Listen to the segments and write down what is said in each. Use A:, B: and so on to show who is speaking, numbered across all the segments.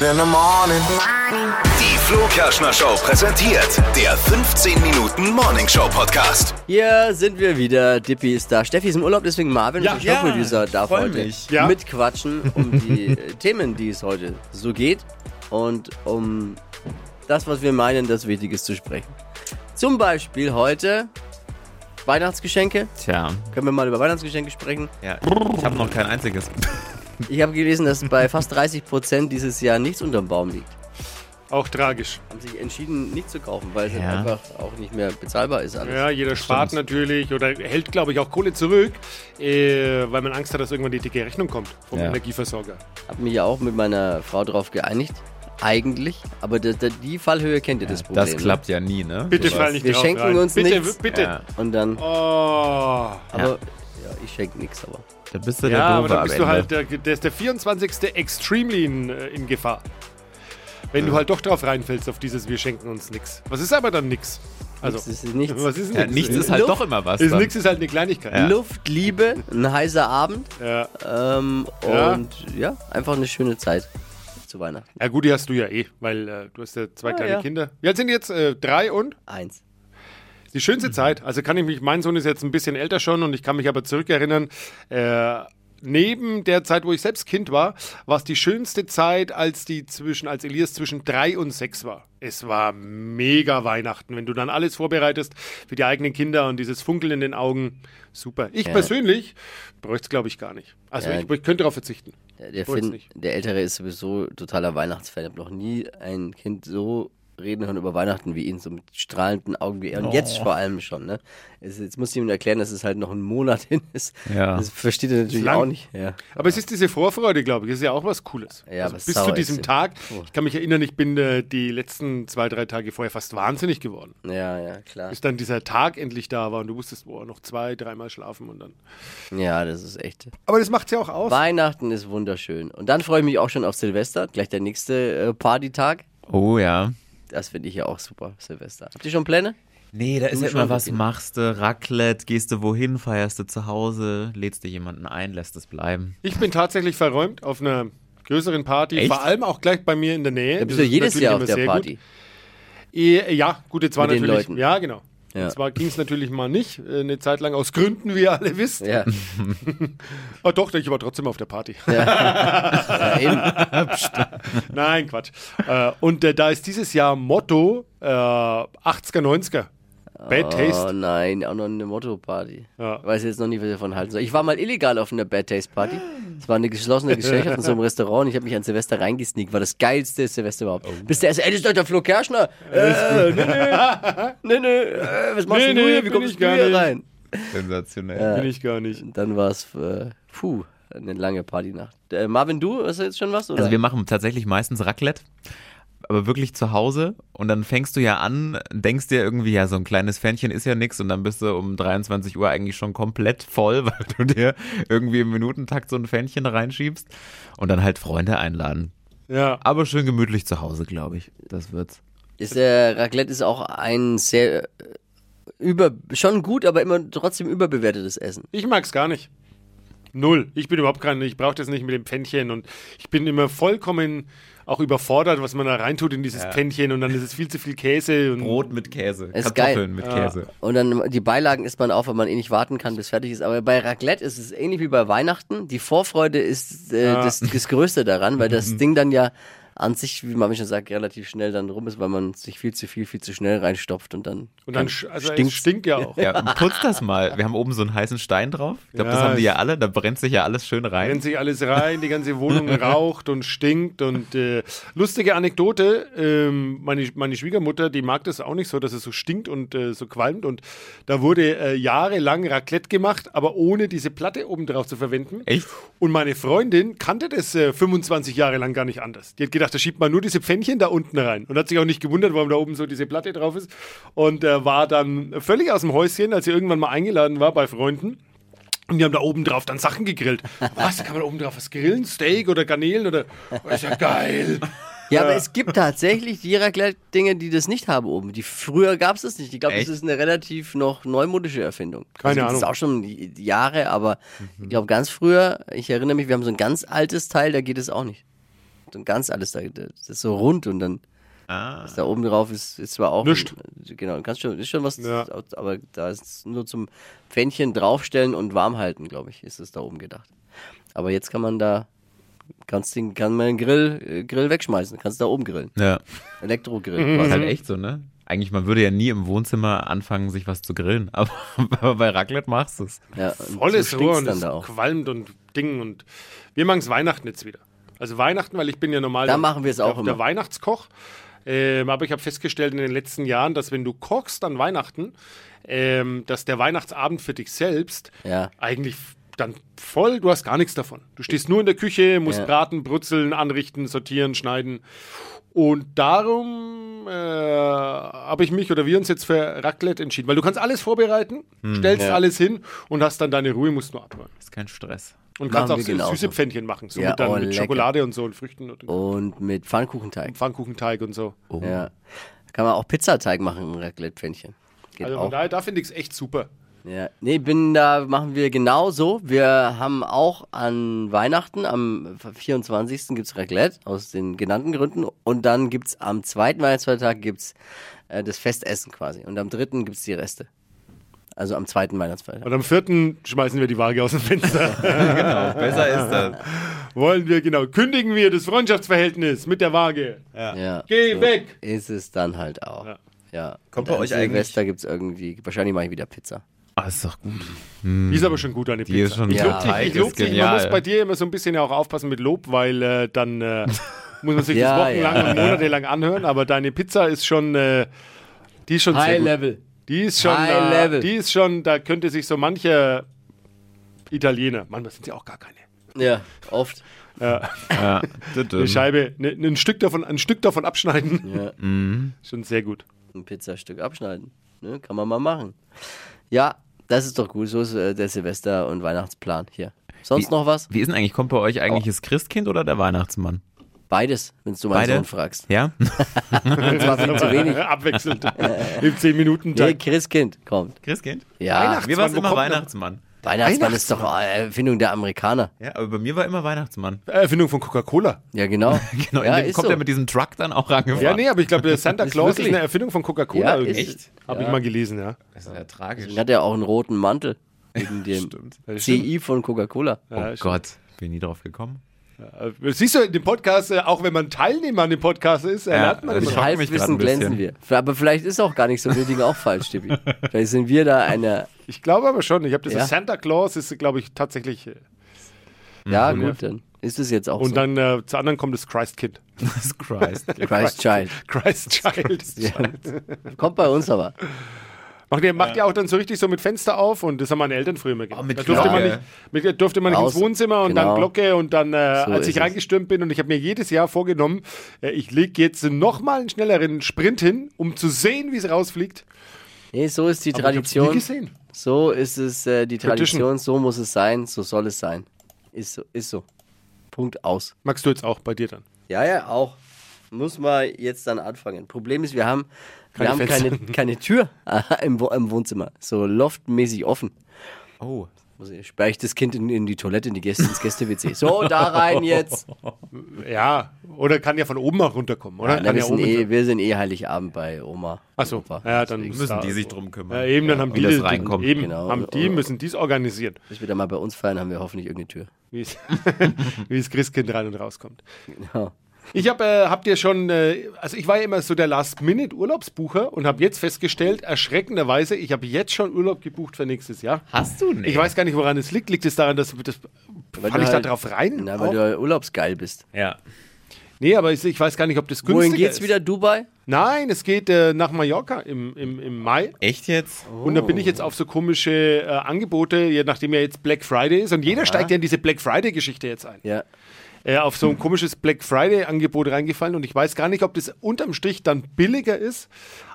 A: in the morning.
B: Die Flo Kerschner Show präsentiert der 15 Minuten Morning Show Podcast.
C: Hier sind wir wieder. Dippy ist da. Steffi ist im Urlaub, deswegen Marvin,
D: Ja,
C: unser Showproducer,
D: ja,
C: darf
D: freu
C: heute
D: mich. Ja.
C: mitquatschen um die äh, Themen, die es heute so geht und um das, was wir meinen, das Wichtige ist zu sprechen. Zum Beispiel heute Weihnachtsgeschenke.
D: Tja,
C: Können wir mal über Weihnachtsgeschenke sprechen?
D: ja, ich habe noch kein einziges.
C: Ich habe gelesen, dass bei fast 30 Prozent dieses Jahr nichts unterm Baum liegt.
E: Auch tragisch.
C: Haben sich entschieden, nicht zu kaufen, weil es
D: Ja.
C: einfach auch nicht mehr bezahlbar ist. Alles.
E: Ja, jeder spart natürlich oder hält, glaube ich, auch Kohle zurück, äh, weil man Angst hat, dass irgendwann die dicke Rechnung kommt vom
D: Ja.
E: Energieversorger.
C: Hab mich ja auch mit meiner Frau darauf geeinigt. Eigentlich. Aber der, der, die Fallhöhe kennt ihr das Problem.
D: Das klappt ja nie, ne?
E: Bitte
D: Sowas.
E: fall nicht
C: Wir
E: drauf
C: schenken
E: rein.
C: uns
E: bitte,
C: nichts.
E: Bitte,
D: Ja,
C: ne? Und dann.
E: Oh.
C: Aber ja, ich schenke nichts, aber.
D: da bist du
E: Ja,
D: der
E: aber
D: Doofe
E: dann bist
D: am
E: du
D: Ende.
E: halt, der, der ist der 24. Extremely in, äh, in Gefahr. Wenn du halt doch drauf reinfällst auf dieses Wir schenken uns nix. Was ist aber dann nix? Also,
C: Nix ist nichts.
E: was ist
D: ja,
E: nix?
D: nichts ist
E: Äh,
D: halt
C: Luft
D: doch immer was.
E: ist
D: dann.
E: nix ist halt eine Kleinigkeit.
D: Ja.
C: Luft, Liebe, ein heißer Abend
E: Ja.
C: ähm,
E: Ja.
C: und ja, einfach eine schöne Zeit zu Weihnachten.
E: ja, gut, die hast du ja eh, weil äh, du hast ja zwei kleine
C: Ah, ja.
E: Kinder. Wie alt sind die jetzt? Äh, drei und?
C: Eins.
E: Die schönste Zeit. Also kann ich mich, mein Sohn ist jetzt ein bisschen älter schon und ich kann mich aber zurückerinnern, äh, neben der Zeit, wo ich selbst Kind war, war es die schönste Zeit, als die zwischen, als Elias zwischen drei und sechs war. Es war mega Weihnachten, wenn du dann alles vorbereitest für die eigenen Kinder und dieses Funkeln in den Augen. Super. Ich persönlich bräuchte es, glaube ich, gar nicht. Also
C: Ja.
E: ich, ich könnte darauf verzichten.
C: Der, der,
E: Wollt's
C: Finn,
E: nicht.
C: der Ältere ist sowieso totaler Weihnachtsfan. Ich habe noch nie ein Kind so reden hören über Weihnachten wie ihn, so mit strahlenden Augen wie er. Und jetzt
E: Oh.
C: vor allem schon, ne? Es, jetzt muss ich ihm erklären, dass es halt noch einen Monat hin ist.
D: Ja.
C: Das versteht er natürlich
E: lang.
C: auch nicht. Ja.
E: Aber es ist diese Vorfreude, glaube ich. Das ist ja auch was Cooles.
C: Ja,
E: also
C: was
E: bis
C: sau
E: zu
C: ist
E: diesem
C: sie.
E: Tag, ich kann mich erinnern, ich bin äh, die letzten zwei, drei Tage vorher fast wahnsinnig geworden.
C: ja, ja, klar.
E: Bis dann dieser Tag endlich da war und du wusstest, boah, noch zwei, dreimal schlafen und dann.
C: Ja, das ist echt.
E: Aber das macht's ja auch aus.
C: Weihnachten ist wunderschön. Und dann freue ich mich auch schon auf Silvester, gleich der nächste äh, Partytag.
D: Oh ja.
C: Das finde ich ja auch super, Silvester. Habt ihr schon Pläne?
D: Nee, da ist ja
C: schon
D: immer was,
C: Dippy.
D: machst du, Raclette, gehst du wohin, feierst du zu Hause, lädst du jemanden ein, lässt es bleiben.
E: Ich bin tatsächlich verräumt auf einer größeren Party,
D: Echt?
E: vor allem auch gleich bei mir in der Nähe.
C: Da bist
E: Das
C: du
E: ist
C: jedes
E: natürlich
C: Jahr
E: immer
C: auf der
E: sehr
C: Party.
E: Gut. Eh, Ja, gut, jetzt war
C: Mit den
E: natürlich.
C: Leuten.
E: Ja, genau.
C: Ja.
E: Und zwar ging es natürlich mal nicht, äh, eine Zeit lang, aus Gründen, wie ihr alle wisst.
C: Ja,
E: Oh, doch, ich war trotzdem auf der Party.
C: ja eben.
E: Nein, Quatsch. äh, und äh, da ist dieses Jahr Motto äh, 80er, 90er. Bad Taste.
C: Oh nein, auch noch eine Motto-Party.
E: Ja.
C: Ich weiß jetzt noch nicht, was ich davon halten soll. Ich war mal illegal auf einer Bad Taste Party. Es war eine geschlossene Gesellschaft in so einem Restaurant und ich habe mich an Silvester reingesneakt. War das geilste Silvester überhaupt.
E: Oh.
C: Bis der erste, ey, das ist doch der Flo Kerschner. Äh, nee, nee, nee, nee, äh, was machst
E: Nee,
C: denn du
E: nee,
C: hier? Wie
E: bin
C: kommst
E: ich
C: du
E: gar
C: hier
E: nicht.
C: rein?
D: Sensationell.
E: Bin ich gar nicht.
C: Und dann war es, äh, puh, eine lange Partynacht. Äh, Marvin, du, hast du jetzt schon was? Oder?
D: Also wir machen tatsächlich meistens Raclette, aber wirklich zu Hause und dann fängst du ja an, denkst dir irgendwie, ja, so ein kleines Fähnchen ist ja nix und dann bist du um 23 Uhr eigentlich schon komplett voll, weil du dir irgendwie im Minutentakt so ein Fähnchen reinschiebst und dann halt Freunde einladen.
E: Ja.
D: Aber schön gemütlich zu Hause, glaube ich. Das wird's.
C: Ist, äh, Raclette ist auch ein sehr, äh, über, schon gut, aber immer trotzdem überbewertetes Essen.
E: Ich mag's gar nicht. Null. Ich bin überhaupt kein, ich brauche das nicht mit dem Pfännchen und ich bin immer vollkommen auch überfordert, was man da reintut in dieses Pfännchen und dann ist es viel zu viel Käse und
D: Brot mit Käse,
C: Ist
D: Kartoffeln
C: geil.
D: mit Käse.
C: Und dann die Beilagen isst man auf, wenn man eh nicht warten kann, bis fertig ist. Aber bei Raclette ist es ähnlich wie bei Weihnachten. Die Vorfreude ist äh, das, das Größte daran, weil das Ding dann ja an sich, wie man schon sagt, relativ schnell dann rum ist, weil man sich viel zu viel, viel zu schnell reinstopft und dann,
E: und dann sch- also stinkt stinkt ja auch.
D: Ja, putz das mal. Wir haben oben so einen heißen Stein drauf. Ich glaube, das
E: Ja,
D: haben die
E: ich-
D: ja alle. Da brennt sich ja alles schön rein.
E: Brennt sich alles rein, die ganze Wohnung raucht und stinkt. Und äh, lustige Anekdote: ähm, meine, meine Schwiegermutter, die mag das auch nicht so, dass es so stinkt und äh, so qualmt. Und da wurde äh, jahrelang Raclette gemacht, aber ohne diese Platte oben drauf zu verwenden.
D: Echt?
E: Und meine Freundin kannte das äh, 25 Jahre lang gar nicht anders. Die hat gedacht, da schiebt man nur diese Pfännchen da unten rein. Und hat sich auch nicht gewundert, warum da oben so diese Platte drauf ist. Und äh, war dann völlig aus dem Häuschen, als sie irgendwann mal eingeladen war bei Freunden. Und die haben da oben drauf dann Sachen gegrillt. Was? Kann man da oben drauf was grillen? Steak oder Garnelen oder. Oh, ist ja geil.
C: Ja, aber es gibt tatsächlich die Raclette-Dinge, die das nicht haben oben. Die früher gab es das nicht. Ich glaube, das
D: Echt?
C: ist eine relativ noch neumodische Erfindung. Also,
E: Keine
C: Das ist
E: Ahnung.
C: auch schon die- die Jahre, aber ich glaube, ganz früher, ich erinnere mich, wir haben so ein ganz altes Teil, da geht es auch nicht. und ganz alles da, das ist so rund und dann
D: Ah.
C: ist da oben drauf ist, ist zwar auch
E: Nischt.
C: ein- genau, ganz schön, ist schon was,
E: Ja.
C: aber da ist nur zum Pfännchen draufstellen und warm halten, glaube ich, ist es da oben gedacht. Aber jetzt kann man da kannst den kann man den Grill äh, Grill wegschmeißen, kannst da oben grillen,
D: Ja,
C: Elektrogrill.
E: Mhm.
D: war
C: quasi.
D: halt echt so, ne? Eigentlich, man würde ja nie im Wohnzimmer anfangen, sich was zu grillen, aber, aber bei Raclette machst du es.
C: Ja, und
E: Volles
C: so
E: Rohr
C: stinkt's
E: und
C: dann
E: es
C: da auch.
E: qualmt und Ding und wir machen es Weihnachten jetzt wieder. Also Weihnachten, weil ich bin ja normal
C: Da
E: der-
C: machen wir es auch
E: der,
C: immer.
E: der Weihnachtskoch. Ähm, aber ich habe festgestellt in den letzten Jahren, dass wenn du kochst an Weihnachten, ähm, dass der Weihnachtsabend für dich selbst
C: Ja.
E: eigentlich f- dann voll, du hast gar nichts davon. Du stehst nur in der Küche, musst
C: Ja.
E: braten, brutzeln, anrichten, sortieren, schneiden. Und darum äh, habe ich mich oder wir uns jetzt für Raclette entschieden, weil du kannst alles vorbereiten, stellst
C: Hm, Ja.
E: alles hin und hast dann deine Ruhe, musst nur abräumen.
D: Ist kein Stress.
E: Und
C: Machen
E: kannst auch
C: wir
E: so
C: genauso.
E: süße Pfännchen machen, so
C: Ja,
E: mit, dann,
C: oh,
E: mit
C: lecker. Oh.
E: Schokolade und so und Früchten und
C: Und mit Pfannkuchenteig.
E: Pfannkuchenteig und so.
C: Ja. Kann man auch Pizzateig machen im Raclette-Pfännchen. Geht
E: Also
C: auch.
E: von daher, da finde ich es echt super.
C: Ja, nee, bin da machen wir genauso. Wir haben auch an Weihnachten am 24. gibt's Raclette aus den genannten Gründen und dann gibt's am zweiten Weihnachtsfeiertag gibt's äh, das Festessen quasi und am dritten gibt's die Reste. Also am zweiten Weihnachtsfeiertag.
E: Und am vierten schmeißen wir die Waage aus dem Fenster.
D: Genau, besser ist das.
E: Wollen wir, genau, kündigen wir das Freundschaftsverhältnis mit der Waage.
C: Ja.
E: Geh weg!
C: Ist es dann halt auch. Ja.
D: Kommt
C: Und
D: bei
C: an
D: euch eigentlich-
C: Silvester gibt's irgendwie wahrscheinlich mache ich wieder Pizza.
D: Ah, ist doch gut.
E: Die ist aber schon gut, eine Pizza.
D: Die ist schon
E: ich
C: Ja,
E: lob dich,
D: Teig
E: ich
D: ist
E: lob dich. Man
D: genial.
E: muss bei dir immer so ein bisschen ja auch aufpassen mit Lob, weil äh, dann äh, muss man sich
C: Ja,
E: das wochenlang
C: ja.
E: und monatelang anhören, aber deine Pizza ist schon, äh, die ist schon sehr gut.
C: Level.
E: Die ist schon,
C: High
E: äh,
C: level.
E: die ist schon, da könnte sich so mancher Italiener, Mann, das sind ja auch gar keine.
C: Ja, oft.
D: Ja.
E: Eine Scheibe, ne, ne, ein, Stück davon, ein Stück davon abschneiden.
C: Hm. Ja.
E: Schon sehr gut.
C: ein Pizzastück abschneiden. Ne? Kann man mal machen. Ja, das ist doch gut. So ist äh, der Silvester- und Weihnachtsplan hier. Sonst noch was?
D: Wie ist denn eigentlich, kommt bei euch eigentlich das Christkind oder der Weihnachtsmann?
C: Beides, wenn du meinen
D: Beide?
C: Sohn fragst.
D: Ja?
C: Und zwar viel zu wenig.
E: Abwechselnd. Im 10 minuten
C: Nee,
E: tag
C: Christkind kommt.
D: Christkind?
C: Ja,
E: Weihnachts-
D: Mir war
E: Weihnachtsmann,
D: es
E: wo
D: immer
E: kommt der-
D: Weihnachtsmann.
C: Weihnachtsmann ist doch äh, Erfindung der Amerikaner.
D: Ja, aber bei mir war immer Weihnachtsmann.
E: Erfindung von Coca-Cola.
C: Ja, genau.
D: Genau,
C: ja,
D: in dem kommt er mit diesem Truck dann auch rangefahren.
E: Ja, nee, aber ich glaube, der Santa
C: Ist
E: Claus ist
C: wirklich.
E: eine Erfindung von Coca-Cola
C: Ja,
E: irgendwie.
C: ist-
E: Habe ich mal gelesen, ja.
D: Das ist ja tragisch.
C: Dann hat er auch einen roten Mantel. Wegen dem
E: Ja, das äh, stimmt.
C: CI von Coca-Cola.
D: Oh
E: Ja,
D: Gott, bin nie drauf gekommen.
E: Äh, Siehst du, in dem Podcast, äh, auch wenn man Teilnehmer an dem Podcast ist, äh,
D: Ja,
E: lernt man
C: also
D: das
E: immer.
D: schockt mich
C: Halbwissen
D: grad ein
C: glänzen wir. Aber vielleicht ist auch gar nicht so ein Ding auch falsch, Tippi. Vielleicht sind wir da einer.
E: Ich glaube aber schon. Ich habe das
C: Ja.
E: Santa Claus ist, glaube ich, tatsächlich. äh,
D: Mhm.
C: Ja, gut, dann ist es jetzt auch
E: Und
C: so.
E: dann äh, zu anderen kommt das Christkind.
D: Jesus Christ.
C: Christ Child.
E: Christchild.
C: Kommt bei uns aber.
E: Macht ihr, macht ihr auch dann so richtig so mit Fenster auf und das haben meine Eltern früher immer gemacht.
D: Oh, mit
E: da durfte man,
D: Glocke.
E: nicht, mit, da durfte man nicht ins
C: Raus.
E: Wohnzimmer und
C: Genau.
E: dann Glocke und dann, äh,
C: So
E: als
C: ist
E: ich
C: es.
E: reingestürmt bin und ich habe mir jedes Jahr vorgenommen, äh, ich lege jetzt nochmal einen schnelleren Sprint hin, um zu sehen, wie es rausfliegt.
C: Nee, so ist die
E: Aber ich hab's Nie
C: Tradition.
E: gesehen.
C: So ist es äh, die
E: Tradition.
C: Tradition, so muss es sein, so soll es sein. Ist so, ist so. Punkt aus.
E: Magst du jetzt auch bei dir dann?
C: Ja, ja, auch. Muss man jetzt dann anfangen. Problem ist, wir haben keine,
E: Keine
C: wir haben
E: Fenster.
C: keine, keine Tür äh, im, Wo- im Wohnzimmer. So loftmäßig offen.
D: Oh.
C: Muss ich- Sperre ich das Kind in, in die Toilette, in die Gäste, ins Gäste-WC. So, da rein jetzt.
E: Ja, oder kann ja von oben auch runterkommen, oder?
C: Ja,
E: kann
C: wir,
E: ja
C: sind
E: oben
C: eh, wir sind eh Heiligabend bei Oma.
E: Achso,
C: Opa.
E: ja, dann
C: Deswegen
E: muss
D: Müssen
E: da-
D: die sich drum kümmern.
E: Ja, eben, dann haben
D: wie
E: die
D: das
E: das
D: reinkommt.
E: Eben,
C: Genau.
E: haben die müssen dies organisieren,
C: Bis wir dann mal bei uns feiern, haben wir hoffentlich irgendeine Tür.
E: wie es- wie das Christkind rein und rauskommt.
C: Genau.
E: Ich habe, äh, habt ihr schon, äh, also ich war ja immer so der Last-Minute-Urlaubsbucher und habe jetzt festgestellt, erschreckenderweise, ich habe jetzt schon Urlaub gebucht für nächstes Jahr.
D: Hast du nicht?
E: Ich weiß gar nicht, woran es liegt. Liegt es daran, dass das,
C: Weil
E: falle
C: du
E: ich
C: halt-
E: da drauf rein?
C: Na,
E: Auch?
C: weil du urlaubsgeil bist.
D: Ja.
E: nee, aber ich, ich weiß gar nicht, ob das günstiger
C: Wohin geht's
E: ist.
C: wieder? Dubai?
E: Nein, es geht äh, nach Mallorca im, im, im Mai.
D: Echt jetzt?
E: Und da bin ich jetzt auf so komische äh, Angebote, je nachdem ja jetzt Black Friday ist. Und jeder steigt ja in diese Black Friday-Geschichte jetzt ein.
C: Ja.
E: äh, auf so ein komisches Black Friday-Angebot reingefallen und ich weiß gar nicht, ob das unterm Strich dann billiger ist,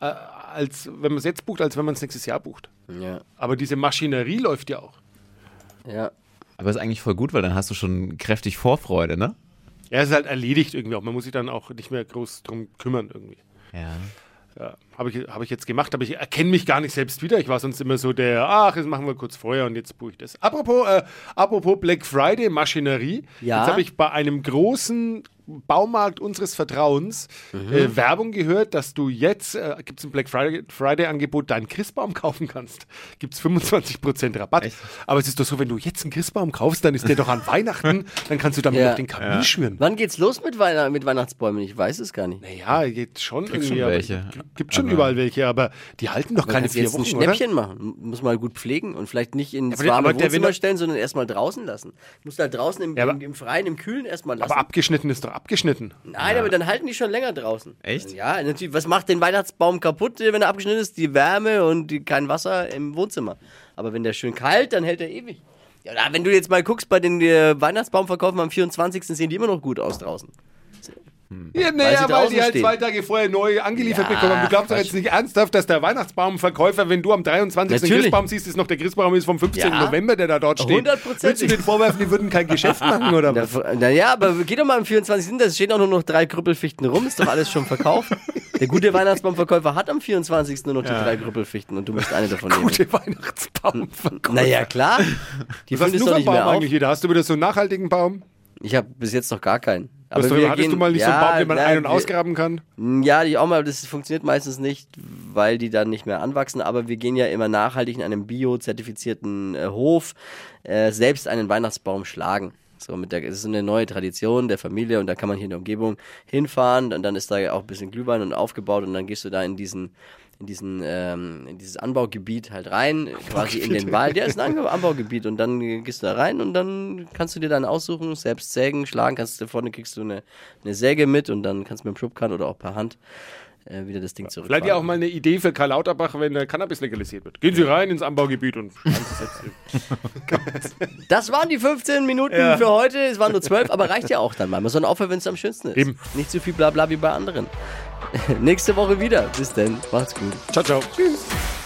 E: äh, als wenn man es jetzt bucht, als wenn man es nächstes Jahr bucht.
C: Ja.
E: Aber diese Maschinerie läuft ja auch.
C: Ja.
D: Aber ist eigentlich voll gut, weil dann hast du schon kräftig Vorfreude, ne?
E: Ja, es ist halt erledigt irgendwie auch. Man muss sich dann auch nicht mehr groß drum kümmern irgendwie.
D: Ja.
E: Ja, habe ich, hab ich jetzt gemacht, aber ich erkenne mich gar nicht selbst wieder. Ich war sonst immer so der, ach, jetzt machen wir kurz vorher und jetzt buche ich das. Apropos, äh, apropos Black Friday Maschinerie.
C: Ja.
E: Jetzt habe ich bei einem großen Baumarkt unseres Vertrauens
C: Mhm.
E: äh, Werbung gehört, dass du jetzt, äh, gibt es ein Black Friday- Friday-Angebot, deinen Christbaum kaufen kannst. Gibt es 25% Rabatt. Aber es ist doch so, wenn du jetzt einen Christbaum kaufst, dann ist der doch an Weihnachten, dann kannst du damit
C: Ja.
E: noch den Kamin schüren.
C: Wann geht's los mit, Weihnacht mit Weihnachtsbäumen? Ich weiß es gar nicht.
E: Naja, jetzt schon
D: Kriegst schon
E: irgendwie. aber-
D: welche.
E: Gibt schon
D: Aber-
E: überall welche, aber die halten doch
C: Man
E: keine
C: kann's
E: vier
C: jetzt
E: Wochen,
C: ein
E: oder?
C: Schnäppchen machen. Muss mal gut pflegen und vielleicht nicht ins
E: aber der-
C: warme
E: aber der will
C: Wohnzimmer
E: doch-
C: stellen, sondern erstmal draußen lassen. Muss da draußen im,
E: Ja, aber-
C: im, im Freien, im Kühlen erstmal lassen.
E: Aber abgeschnitten ist doch abgeschnitten.
C: Nein, aber dann halten die schon länger draußen.
D: Echt?
C: Ja, natürlich. Was macht den Weihnachtsbaum kaputt, wenn er abgeschnitten ist? Die Wärme und die, kein Wasser im Wohnzimmer. Aber wenn der schön kalt, dann hält er ewig. Ja, na, wenn du jetzt mal guckst, bei den äh, Weihnachtsbaumverkaufen am 24. sehen die immer noch gut aus draußen.
E: Ja,
C: Weil sie
E: naja, weil,
C: draußen
E: die halt
C: stehen.
E: zwei Tage vorher neu angeliefert
C: Ja,
E: bekommen haben. Du glaubst doch
C: Quatsch.
E: jetzt nicht ernsthaft, dass der Weihnachtsbaumverkäufer, wenn du am 23. den
C: Natürlich.
E: Christbaum siehst, ist noch der Christbaum ist vom 15.
C: Ja.
E: November, der da dort steht.
C: Hundertprozentig.
E: Willst du den vorwerfen, die würden kein Geschäft machen oder was?
C: Naja, aber geh doch mal am 24. Da stehen auch nur noch drei Krüppelfichten rum, ist doch alles schon verkauft. Der gute Weihnachtsbaumverkäufer hat am 24. nur noch die drei Krüppelfichten und du musst eine davon nehmen.
E: Gute Weihnachtsbaumverkäufer.
C: Naja, klar. Die
E: was hast
C: findest du
E: du für
C: doch
E: einen
C: nicht
E: Baum
C: mehr auf.
E: eigentlich wieder? Hast du wieder so einen nachhaltigen Baum?
C: Ich habe bis jetzt noch gar keinen. Aber
E: hast du,
C: wir
E: hattest
C: gehen-
E: du mal nicht so einen
C: Ja,
E: Baum, den man
C: na,
E: ein- und
C: wir-
E: ausgraben kann?
C: Hm, Ja, die auch mal, aber das funktioniert meistens nicht, weil die dann nicht mehr anwachsen. Aber wir gehen ja immer nachhaltig in einem bio-zertifizierten äh, Hof äh, selbst einen Weihnachtsbaum schlagen. So mit der, es ist eine neue Tradition der Familie und da kann man hier in der Umgebung hinfahren und dann ist da ja auch ein bisschen Glühwein und aufgebaut und dann gehst du da in diesen in diesen ähm, in dieses Anbaugebiet halt rein, quasi in den Wald. Ja, ist ein Anbau- Anbaugebiet und dann gehst du da rein und dann kannst du dir dann aussuchen, selbst sägen, schlagen, kannst du vorne kriegst du eine, eine Säge mit und dann kannst du mit dem Schubkarren oder auch per Hand äh, wieder das Ding zurück.
E: Vielleicht ja auch mal eine Idee für Karl Lauterbach, wenn äh, Cannabis legalisiert wird. Gehen Sie rein ins Anbaugebiet und pflanzen Sie selbst.
C: Das waren die 15 Minuten für heute. Es waren nur 12, aber reicht ja auch dann mal. Man soll aufhören, wenn es am schönsten ist.
E: Eben.
C: Nicht zu viel Blabla wie bei anderen. Nächste Woche wieder. Bis dann. Macht's gut.
E: Ciao, ciao. Tschüss.